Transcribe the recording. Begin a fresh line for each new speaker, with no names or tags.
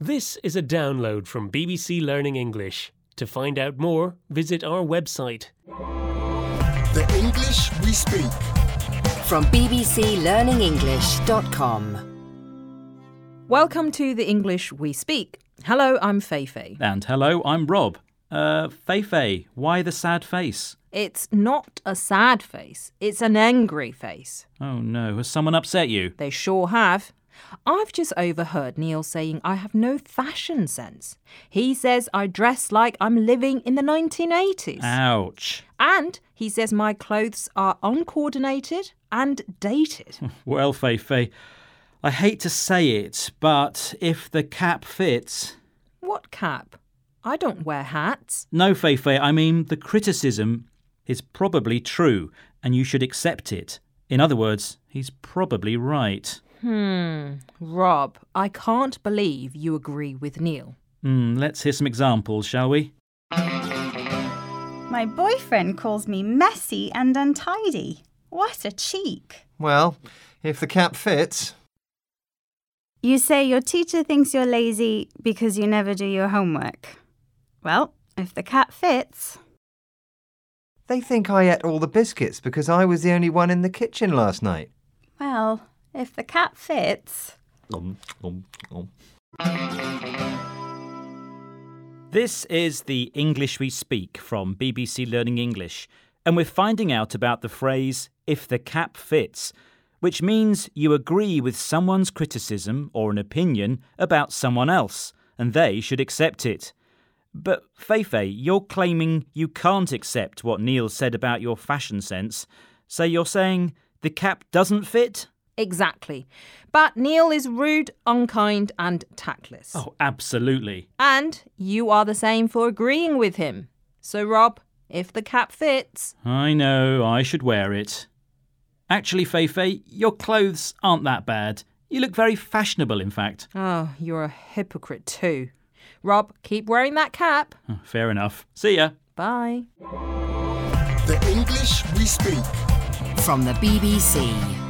This is a download from BBC Learning English. To find out more, visit our website.
The English we speak.
from bbclearningenglish.com.
Welcome to the English we speak. Hello, I'm Feifei.
And hello, I'm Rob. Uh, Feifei, why the sad face?
It's not a sad face, it's an angry face.
Oh no, has someone upset you?
They sure have. I've just overheard Neil saying I have no fashion sense. He says I dress like I'm living in the 1980s.
Ah. Ouch.
and he says my clothes are uncoordinated and dated.
Hmm. Well, Feifei, I hate to say it, but if the cap fits.
what cap? I don't wear hats.
No, Feifei, I mean, the criticism is probably true, and you should accept it. In other words, he's probably right.
Hmm, Rob, I can't believe you agree with Neil.
Hmm, let's hear some examples, shall we?
My boyfriend calls me messy and untidy. What a cheek.
Well, if the cap fits,
You say your teacher thinks you're lazy because you never do your homework. Well, if the cat fits.
they think I ate all the biscuits because I was the only one in the kitchen last night.
Well, if the cat fits.
This is the English we speak from BBC Learning English, and we're finding out about the phrase if the cap fits, which means you agree with someone's criticism or an opinion about someone else, and they should accept it. But Feifei, you're claiming you can't accept what Neil said about your fashion sense, so you're saying the cap doesn't fit?
Exactly. But Neil is rude, unkind, and tactless.
Oh, absolutely.
And you are the same for agreeing with him. So, Rob, if the cap fits,
I know, I should wear it. Actually, Feifei, your clothes aren't that bad. You look very fashionable, in fact.
oh, you're a hypocrite too. Rob, keep wearing that cap.
Oh, Fair enough. See ya.
Bye.
The English we speak.
From the BBC.